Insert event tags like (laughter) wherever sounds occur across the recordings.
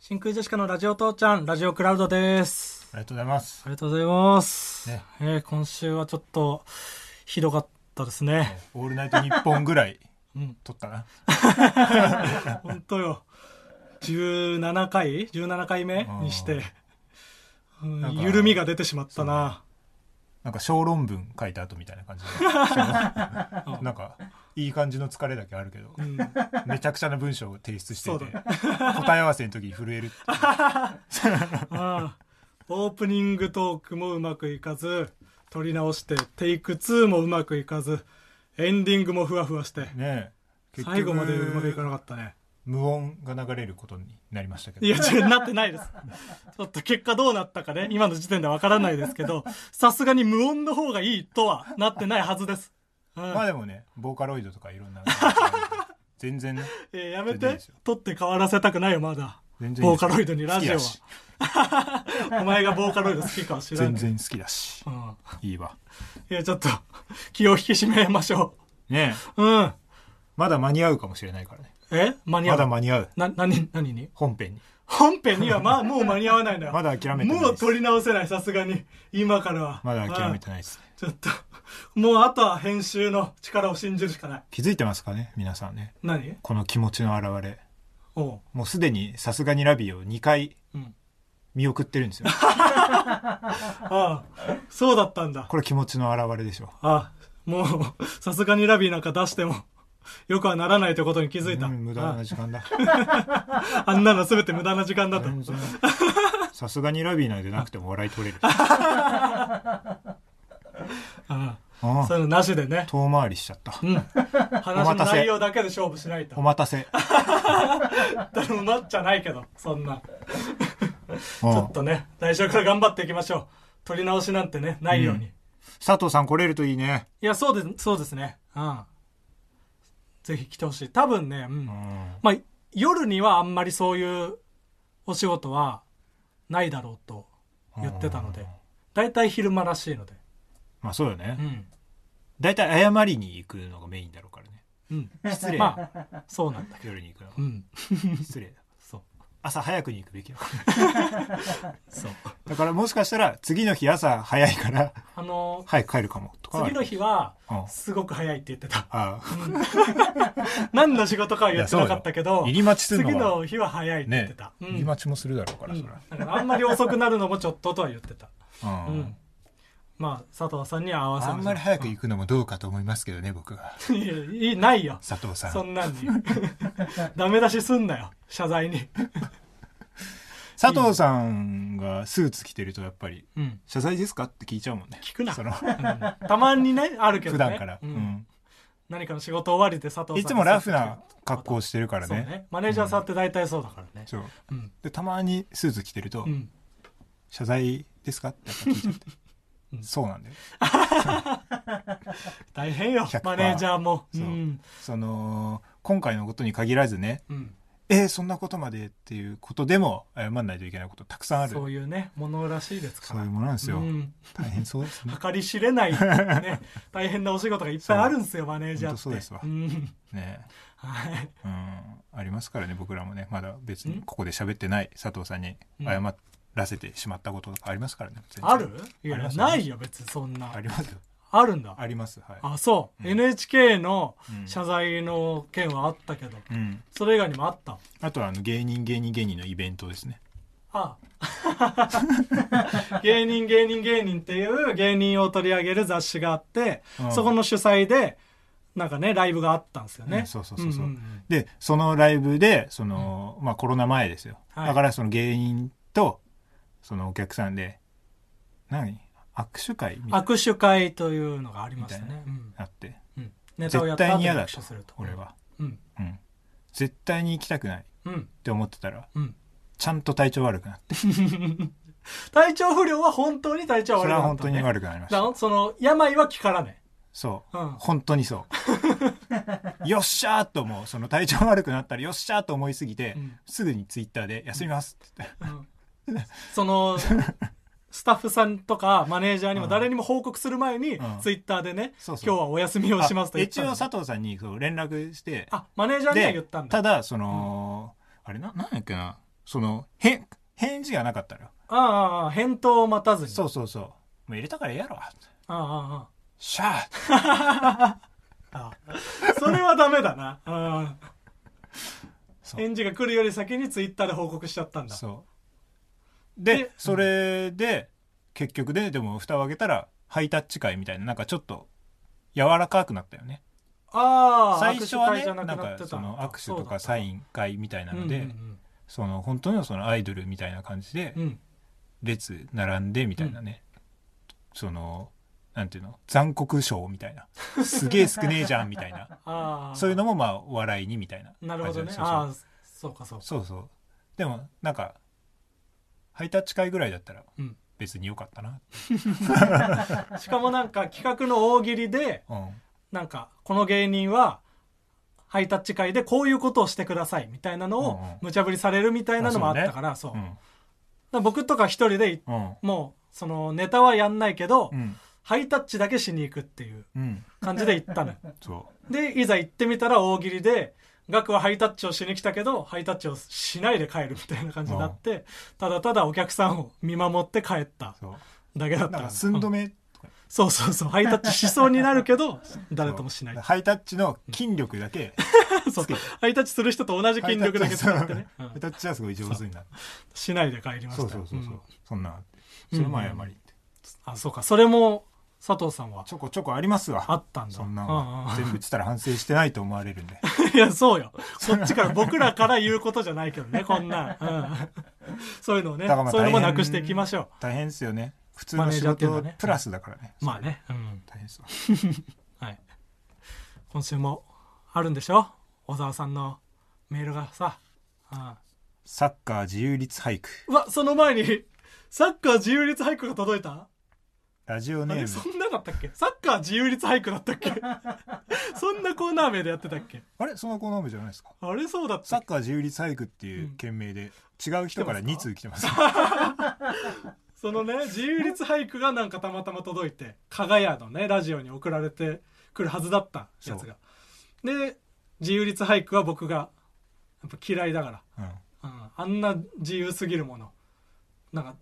真空ジェシカのラジオ父ちゃん、ラジオクラウドです。ありがとうございますあ。りがとうございます。ねえー今週はちょっと、ひどかったです (laughs) ね。オールナイト日本ぐらい (laughs) うん、撮ったな。本当よ。17回 ?17 回目うんにして、うんなんか緩みが出てしまったな。なんか小論文書いた後みたいな感じで (laughs) なんか、いい感じの疲れだけあるけど、うん、めちゃくちゃな文章を提出していて、そうだ答え合わせの時に震える (laughs) っていうああオープニングトークもうまくいかず撮り直してテイク2もうまくいかずエンディングもふわふわしてねえ最後までうまくいかなかかったね無音が流れることになりましたけど。いや違うなってないですちょっと結果どうなったかね今の時点でわからないですけどさすがに無音の方がいいとはなってないはずです、うんまあでもね、ボーカロイドとかいろ (laughs) んな。全然ね、えーやめ全然いいてですよ撮って変わらせたくないよまだ全然いいボでーすカロイドにラジオ好きだしはお前がボーカロイド好きかは知ら全ない、然好きだしう。ん、いいわ。いやちょっと気を引き締めましょねうえうんまだ間に合うかもしれないからね。え間に合まうだ間に合う。な、何、何に本編に。本編にはまあ、もう間に合わないのよ。まだ諦めてないですもう取り直せない、さすがに。今からは。まだ諦めうんてないですね。ちょっと、もうあとは編集の力を信じるしかない。気づいてますかね皆さんね。何この気持ちの表れ。おう。もうすでにさすがにラビーを2回うん。見送ってる (laughs) んですよ。ああ、そうだったんだ。これ気持ちの表れでしょ。ああ、もう、さすがにラビーなんか出しても、よくはならないということに気づいた。うん無駄な時間だ。あああんなの全て無駄な時間だと。全 (laughs) 然さすがにラビーなんてなくても笑い取れる。あああそういうのなしでね。遠回りしちゃったう。ん。話の内容だけで勝負しないとお。(laughs) 待たせ。誰も待っちゃないけど、そんな。うちょんっとね、来週から頑張っていきましょう。取り直しなんてね、ないように。うんい佐藤さん来れるといいね。や、そうです、そうですね。うん。ぜひ来てほしい。多分ね、うん。うんまあ、夜にはあんまりそういうお仕事はないだろうと言ってたので、だいたい昼間らしいので。まあそうようね。ん。だいたい謝りに行くのがメインだろうからね。うん。失礼。まあ、そうなんだ。夜に行く (laughs) のがうん。失礼。そう。朝早くに行くべきだ。そう。だからもしかしたら次の日朝早いからあの早く帰るかもとかはあ次る。の日はう、んすごく早いって言ってた。ああ。何の仕事かは言ってなかったけど、入り待ちする次のはの日は早いって言ってた。うん入り待ちもするだろうから、うんそりだゃからあんまり遅くなるのもちょっととは言ってた、ううんん、まあ佐藤さんには合わせあんまり早く行くのもどうかと思いますけどね僕がく (laughs) いやいいないよ佐藤さんそんなんに (laughs) ダメ出しすんなよ謝罪に、佐藤さんがスーツ着てるとやっぱりうん「謝罪ですか?」って聞いちゃうもんね聞くなそのうんたまにねあるけど (laughs) 普ね段から、ううんん何かの仕事終わりで佐藤さんいつもラフな格好をしてるからそうねねマネージャーさんって大体そうだからねそううん、でたまにスーツ着てると「うん、謝罪ですか?」ってやっぱ聞いちゃって、うんそうなんだよ大変よ100%マネージャーもうそうんその今回のことに限らずねうん、 「えーそんなことまで?」っていうことでも謝んないといけないことたくさんあるそういうねものらしいですかそうらいうものなんですよ、うん大変そうですね計り知れない、 (laughs) ね、大変なお仕事がいっぱいあるんですよマネージャーって本当そうですわんねえはいうん、ありますからね僕らもねまだ別んにここで喋ってない佐藤さんに謝うらせてしまったこととかありますからね、全然あるいやありますないよ別にそんなありますよあるんだありますはいあそう、うん NHK のうん謝罪の件はあったけど、うん、それ以外にもあったあとはあの芸人芸人芸人のイベントですね (laughs) あ芸人芸人芸人っていう芸人を取り上げる雑誌があって、うんそこの主催でなんかねライブがあったんですよね、うんそうそうそうそうんんでそのライブでその、まあコロナ前ですよ、はいだからその芸人とそのお客さんで何握手会みうんたい握手会というのがありましたね、うんなあってうん、ネタをや絶った対後にに嫌握だと手すると俺は、うんうん、絶対に行きたくないっうんて思ってたらうんちゃんと体調悪くなって体調不良は本当に体調そ悪れかった、ね、は本当に悪くなりましただその病は気からねそう、うん本当にそう (laughs) よっしゃーと思うその体調悪くなったらよっしゃーと思いすぎて、うんすぐにツイッターで「休みます」って言って、そ (laughs) のスタッフさんとかマネージャーにもうん誰にも報告する前に、うんツイッターでねそうそう今日はお休みをしますとあ言った一の応佐藤さんにそう連絡してあマネージャーには言ったんだただその、あれななんだっけなそのへ返事がなかったのよああああ返答を待たずにそうそうそうもう入れたからええやろああああシャーあそれはダメだな。うんそう返事が来るより先にツイッターで報告しちゃったんだ。そうででそれで、結局ででも蓋を開けたらハイタッチ会みたいななんかちょっと柔らかくなったよねああ、最初握は手会ねじゃなんなくなっかてたその握手とかそうだサイン会みたいなので、うんうんその本当のそのアイドルみたいな感じでうんうん列並んでみたいなね、そのなんていうの残酷賞みたいなすげえ少ねえじゃんみたいな (laughs) ああ、そういうのもまあお笑いにみたいななるほどね。そうそうああ、そうかそうか。そうそうでもなんかハイタッチ会ぐらいだったらうん別に良かったな、しかもなんか企画の大喜利で、うんなんかこの芸人はハイタッチ会でこういうことをしてくださいみたいなのをうんうん無茶ぶりされるみたいなのもあったから、そう。うだかんら僕とか一人で、うんもう、そのネタはやんないけど、うんハイタッチだけしに行くっていううん感じで行 (laughs) ったのよ。そで、いざ行ってみたら大喜利で、ガクはハイタッチをしに来たけど、ハイタッチをしないで帰るみたいな感じになって、ただただお客さんを見守って帰ったうそうだけだったなんらか寸止めとかそうそうそう、ハイタッチしそうになるけど、誰ともしない。ハイタッチの筋力だけそうハイタッチする人と同じ筋力だけ使ってね。ハうイんタッチはすごい上手になるしないで帰りましたそよ。うそうそうそう、んそんなそれも誤りって、あ、そうか。それも佐藤さんはちょこちょこありますわあったんだ。そんなううん全部言ってたら反省してないと思われるんで (laughs) いや、そうよ。こっちから、僕らから言うことじゃないけどね、こんなん。うん、そういうのをね、だからまあそういうのも大変なくしていきましょ大変ですよね普通マのネー仕ジャーっていうのは事ねプラスだからねう。まあね、うん。大変ですわはい。今週もあるんでしょ小沢さんのメールがさ。うんサッカー自由律俳句うわ、その前に、サッカー自由律俳句が届いたラジオあネれ、ーそムんなだったっけサッカー自由律俳句だったっ (laughs) けそんなコーナー名でやってたっけあれそのコーナー名じゃないですかあれそうだったサっッけカー自由律俳句っていう件名で違う人から2通来 (laughs) てますそのね、自由律俳句がなんかたまたま届いて、加賀屋のね、ラジオに送られてくるはずだったやつが。で、自由律俳句は僕が、やっぱ嫌いだかうんら、うん、あんな自由すぎるもの、なんか、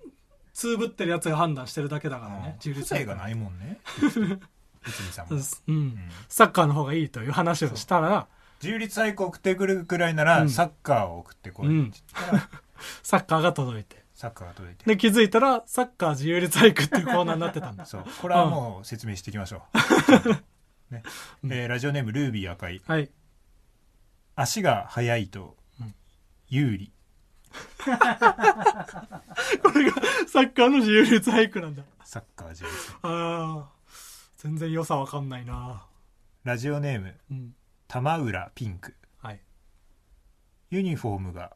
つぶってるやつが判断してるだけだからね、自由不律俳正句がはないもんね (laughs) 内海さんうもん自うん。サッカーの方がいいという話をしたら、由律俳句送ってくるくらいなら、うんサッカーを送ってこい、うんサッカーが届いて。サッカーが届いてで、気づいたら、サッカー自由律俳句っていうコーナーになってたんだ。そうこれはもう説明していきましょ (laughs) う、ねえーラジオネームルービー赤いはい。足が速いと有利、これがサッカーの自由律俳句なんだ。サッカー自由律ああ、全然良さわかんないな。ラジオネームうん。玉浦ピンクはい。ユニフォームが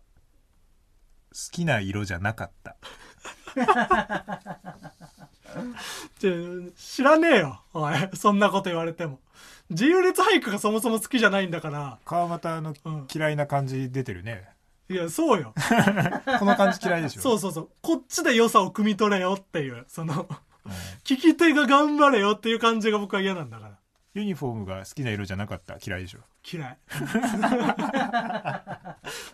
好きな色じゃなかったちょ知らねえよ。おい、そんなこと言われても。自由律俳句がそもそも好きじゃないんだから。川又のうん嫌いな感じ出てるね、いや、そうよ。この感じ嫌い (laughs) でしょそうそうそう。こっちで良さを汲み取れよっていう、その、うん聞き手が頑張れよっていう感じが僕は嫌なんだから。ユニフォームが好きな色じゃなかった嫌いでしょ嫌 (laughs) い。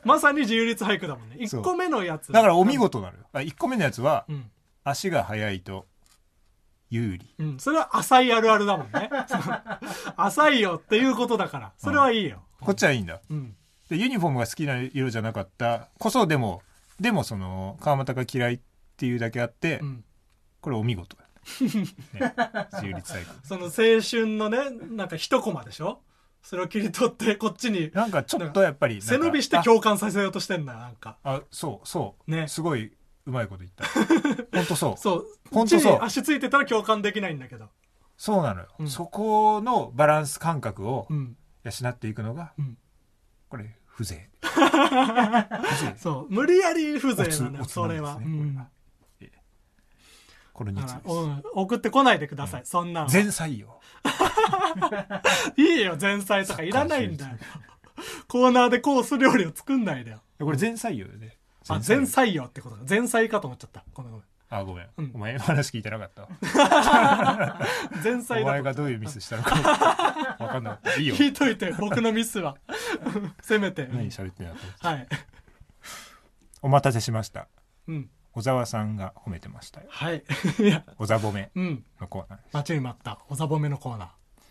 まさに自由律俳句だもんね。そ1う個目のやつ。だからお見事なのよあ1個目のやつはうん。足が速いと有利うん。それは浅いあるあるだもんね。 (laughs) その浅いよっていうことだから。それはいいよ。こっちはいいんだうん。でユニフォームが好きな色じゃなかったこそでもでもその川又が嫌いっていうだけあって、うん。これお見 (laughs) 事だ、ね、自由律最高その青春のね、なんか一コマでしょそれを切り取って、こっちになんかちょっとやっぱりなんか背伸びして共感させようとしてんだ、なんか。ああそうそう、ねすごいうまいこと言 (laughs) った本当そうそう。ほんとそうこっちに足ついてたら共感できないんだけど。そうなのよ、うんそこのバランス感覚をうん。養っていくのが、うんこれ風 (laughs) 情風情そう。無理やり風情なおの、つそおつなんですねれは。うこれんは。これについてうんうん送ってこないでください、そんなの。全採用いいよ、前菜とかいらないんだよ。コーナーでコース料理を作んないでよ。これ全採用だよねあ、前採用ってことか。前菜かと思っちゃった。ごめんごめん。あごめん、うんお前の話聞いてなかったわ前菜お前だがどういうミスしたのか (laughs) わかんなかったいいと。聞よいと (laughs) いて、僕のミスは。せめて。何喋ってんだとはい。お待たせしましたうん小沢さんが褒めてましたよはいいや小沢褒めうんのコーナー待ちに待ったおざぼめのコーナー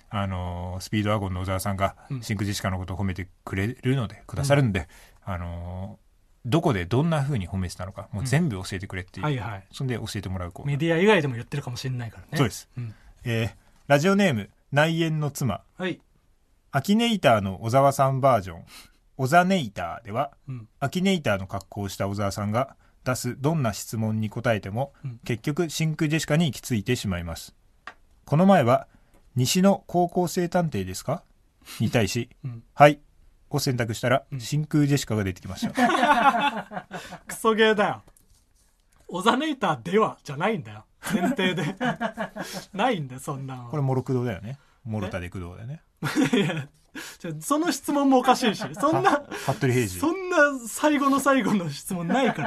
あのースピードワゴンの小沢さんがうん真空ジェシカのことを褒めてくれるのでくださるので、あのーどこでどんな風に褒めてたのかもう全部教えてくれっていう、はいはいそんで教えてもらうコーナーメディア以外でも言ってるかもしれないからねそうです、うんえーラジオネーム内縁の妻はいアキネイターの小沢さんバージョン「小沢ネイター」ではうんアキネイターの格好をした小沢さんが出すどんな質問に答えても、うん結局真空ジェシカに行き着いてしまいますこの前は「西の高校生探偵ですか?」に対しうん「はい」を選択したらうん真空ジェシカが出てきました、 (laughs) クソゲーだよオザネイターではじゃないんだよ前提 (laughs) でないんだよそんなのこれもろくどだよねもろたで工藤だよねいやじゃあその質問もおかしいしそんな服部平次そんな最後の最後の質問ないか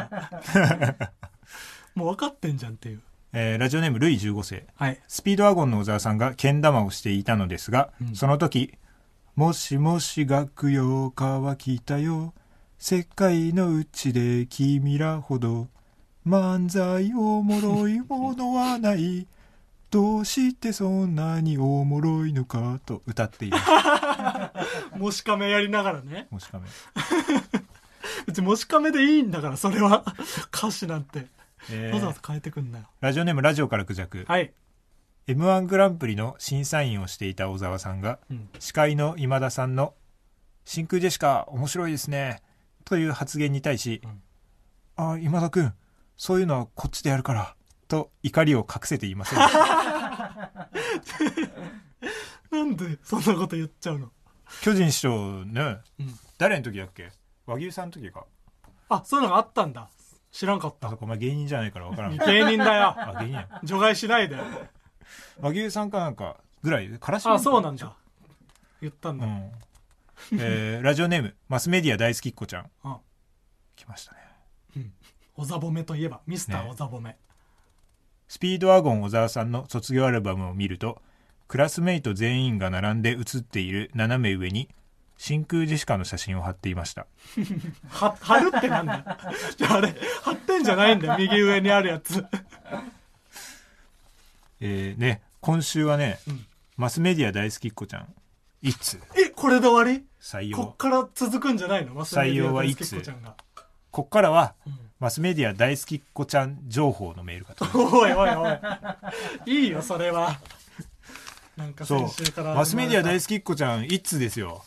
ら (laughs) もう分かってんじゃんっていうえーラジオネームルイ15世はいスピードワゴンの小沢さんがけん玉をしていたのですが、うんその時「もしもし学用化は来たよ世界のうちで君らほど漫才おもろいものはない」どうしてそんなにおもろいのかと歌って (laughs) いました。もしかめやりながらねもし (laughs) かめ。うちもしかめでいいんだからそれは歌詞なんてえーわざわざ変えてくんなよラジオネームラジオからクジャク。はい、 M1 グランプリの審査員をしていた小沢さんが、うん司会の今田さんの「真空ジェシカ面白いですね」という発言に対しうん「ああ今田君そういうのはこっちでやるから」と怒りを隠せていませんで (laughs) した (laughs) なんでそんなこと言っちゃうの巨人師匠ね、うん誰の時だっけ和牛さんの時かあそういうのがあったんだ知らんかっあたそこお前芸人じゃないから分からん芸人だ (laughs) よあ芸人や除外しないで和牛さんかなんかぐらいからしあそうなんだ言ったんうだ、ん、えーラジオネームマスメディア大好きっ子ちゃんあ来ましたねおざぼめといえばミスターおざぼめ、スピードワゴン小沢さんの卒業アルバムを見るとクラスメイト全員が並んで写っている斜め上に真空ジェシカの写真を貼っていましたは貼るってなんだ (laughs) よじゃああれ貼ってんじゃないんだよ右上にあるやつえーね今週はね、うんマスメディア大好きっ子ちゃん一通えこれで終わり採用こっこから続くんじゃないのマスメディア大好きっ子ちゃんが、っからはうんマスメディア大好きっ子ちゃん情報のメールが届いおいおいおいいいよそれはなんかたそ先週かうらマスメディア大き好きっ子ちゃん一通ですよ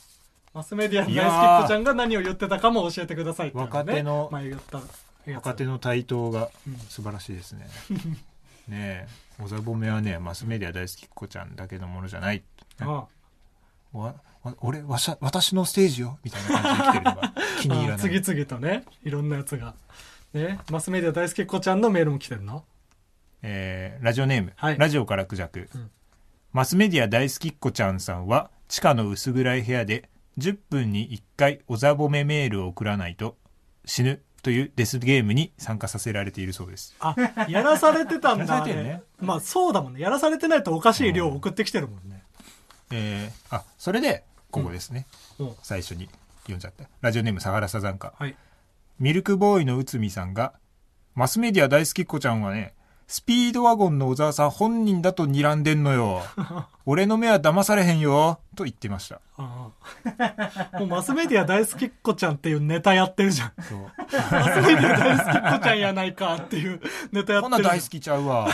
マスメディアの大好きっ子ちゃんが何を言ってたかも教えてくださいっていうね若手の前言ったやつ若手の台頭がうん素晴らしいですねねえ小沢褒めはねマスメディア大好きっ子ちゃんだけのものじゃないあわわ俺わしゃ私のステージよみたいな感じで来て (laughs) るのが気に入あらない次々とねいろんなやつがねマスメディア大好きっ子ちゃんのメールも来てるのえーラジオネーム、はいラジオからクジャク、うんマスメディア大好きっ子ちゃんさんは地下の薄暗い部屋で10分に1回おざぼめメールを送らないと死ぬというデスゲームに参加させられているそうですあやらされてたんやらださあれてれ、るねまあそうだもんねやらされてないとおかしい量を送ってきてるもんね、えーあそれでここですね、うん最初に読んじゃったラジオネームサハラサザンカはいミルクボーイの内海さんが、マスメディア大好きっ子ちゃんはね、スピードワゴンの小沢さん本人だと睨んでん (laughs) のよ。俺の目は騙されへんよ。と言ってました。ああもうマスメディア大好きっ子ちゃんっていうネタやってるじ (laughs) ゃんそう。マスメディア大好きっ子ちゃんやないかっていうネタやってこんるなじゃん大好きちゃ (laughs) うわ。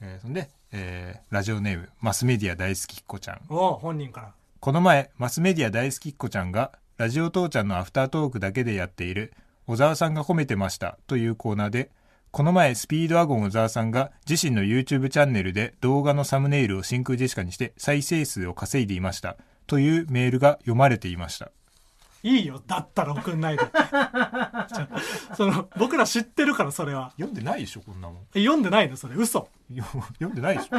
えーそんで、えーラジオネーム、マスメディア大好きっ子ちゃん。おう本人からこの前、マスメディア大好きっ子ちゃんが、ラジオ父ちゃんのアフタートークだけでやっている、小沢さんが褒めてましたというコーナーで、この前、スピードワゴン小沢さんが自身の YouTube チャンネルで動画のサムネイルを真空ジェシカにして再生数を稼いでいましたというメールが読まれていました。いいよだったら送ん (laughs) ないでじゃあその僕ら知ってるからそれは読んでないでしょ、こんなもん。え読んでないのそれ嘘読んでないでしょ。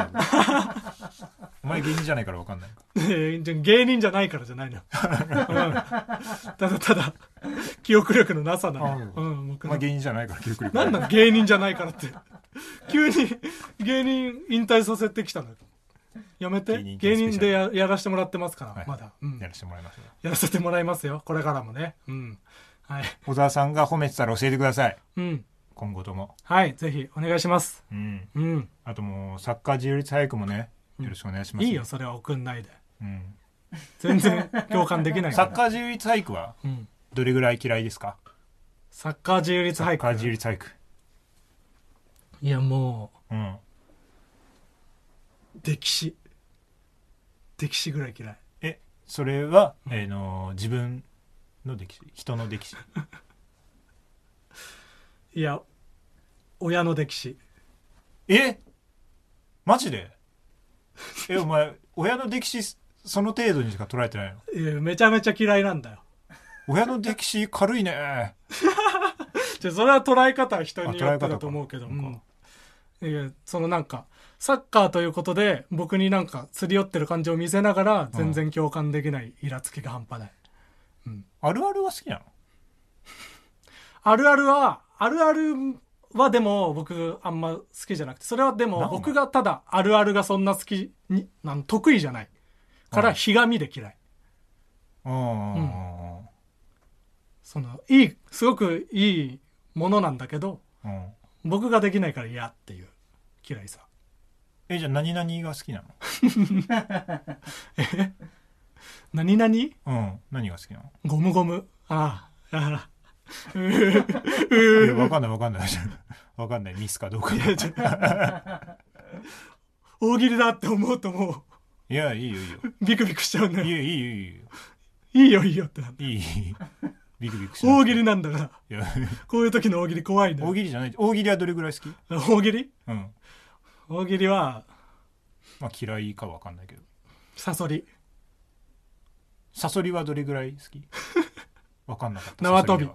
(laughs) お前芸人じゃないからわかんないか。えーじゃあ芸人じゃないからじゃないの、うんただただ記憶力のなさなの、あうん、僕おの前芸人じゃないから、記憶力。なんなの芸人じゃないからって。急に芸人引退させてきたのやめて芸人芸人でややらせてもらってますから、はいまだ、うんやらせてもらいますねやらせてもらいますよこれからもねうんはい小沢さんが褒めてたら教えてくださいうん今後ともはいぜひお願いしますうんうんあともうサッカー自由率俳句もねよろしくお願いします、いいよ、それは送んないでうん、全然共感できないサかッらカー自由率俳句はうんどれぐらい嫌いですかサッカー自由率サッ俳カー自由句率俳句いやもうんう歴史歴史ぐらい嫌いえそれは、えーの自分の歴史人の歴史いや親の歴史えマジでえお前親の歴史その程度にしか捉えてないのいやめちゃめちゃ嫌いなんだよ親の歴史軽いねじゃあそれは捉え方は人によあ捉えっ方てかだと思うけどなんも、いやそのなんかサッカーということで僕になんかすり寄ってる感じを見せながら全然共感できないイラつきが半端ない、あるあるは好きなのあるあるはあるあるはでも僕あんま好きじゃなくてそれはでなもんで僕がただあるあるがそんな好きになん得意じゃないからうんひがみで嫌いうんうんそのいいすごくいいものなんだけどうんうん僕ができないから嫌っていう嫌いさえじゃあ何々が好きな何々のうん何が好きなのゴムゴム。ああ。ああ。ういーやわかんないわかんないわかんないミスかどうかいや大喜利だって思うともいやいいよいいよう、ビクビクしちゃういいね。よいいよいいよいいよいいよってなんだ。いいよいいよビクビクしな大くて喜利なんだから。いやこういう時の大喜利怖いね。大大喜利じゃない大喜利はどれぐらい好き喜利うん大喜利は、まあ嫌いかわかんないけどサソリ。サソリはどれぐらい好きわかんなかった縄跳びサソリは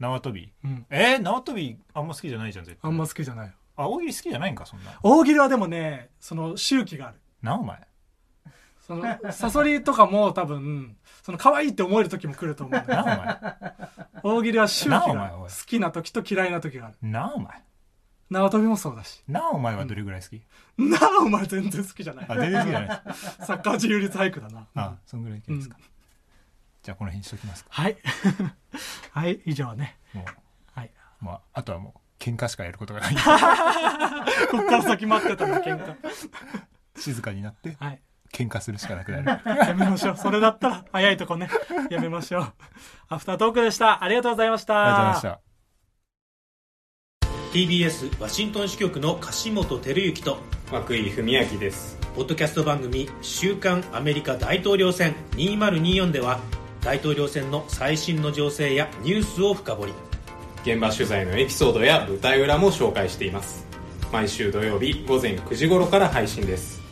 縄跳びうん。えー、縄跳びあんま好きじゃないじゃん絶対あんま好きじゃない。あ大喜利好きじゃないんかそんな大喜利はでもね、その周期がある。なお前そ (laughs) の、サソリとかも多分、その可愛いって思える時も来ると思うんだよなお前大喜利は周期なおがあ前るお好いきな時と嫌いな時がある。なお前縄跳びもそうだし。なお前はどれぐらい好き、なあ、お前全然好きじゃないあ。全然好きじゃないですサッカー自由率俳句だな。あそんぐらい好きですか、じゃあこの辺にしときますかはい。 (laughs) はい、以上ね。もはい。う、まあ、あとはもう喧嘩しかやることがない (laughs) こっから先待ってたの、喧嘩。静かになってはい。喧嘩するしかなくなるやめましょう。それだったら、早いとこね。やめましょう。アフタートークでした。ありがとうございました。ありがとうございました TBS ワシントン支局の樫本照之と和久井文明ですポッドキャスト番組「週刊アメリカ大統領選2024」では大統領選の最新の情勢やニュースを深掘り現場取材のエピソードや舞台裏も紹介しています毎週土曜日午前9時頃から配信です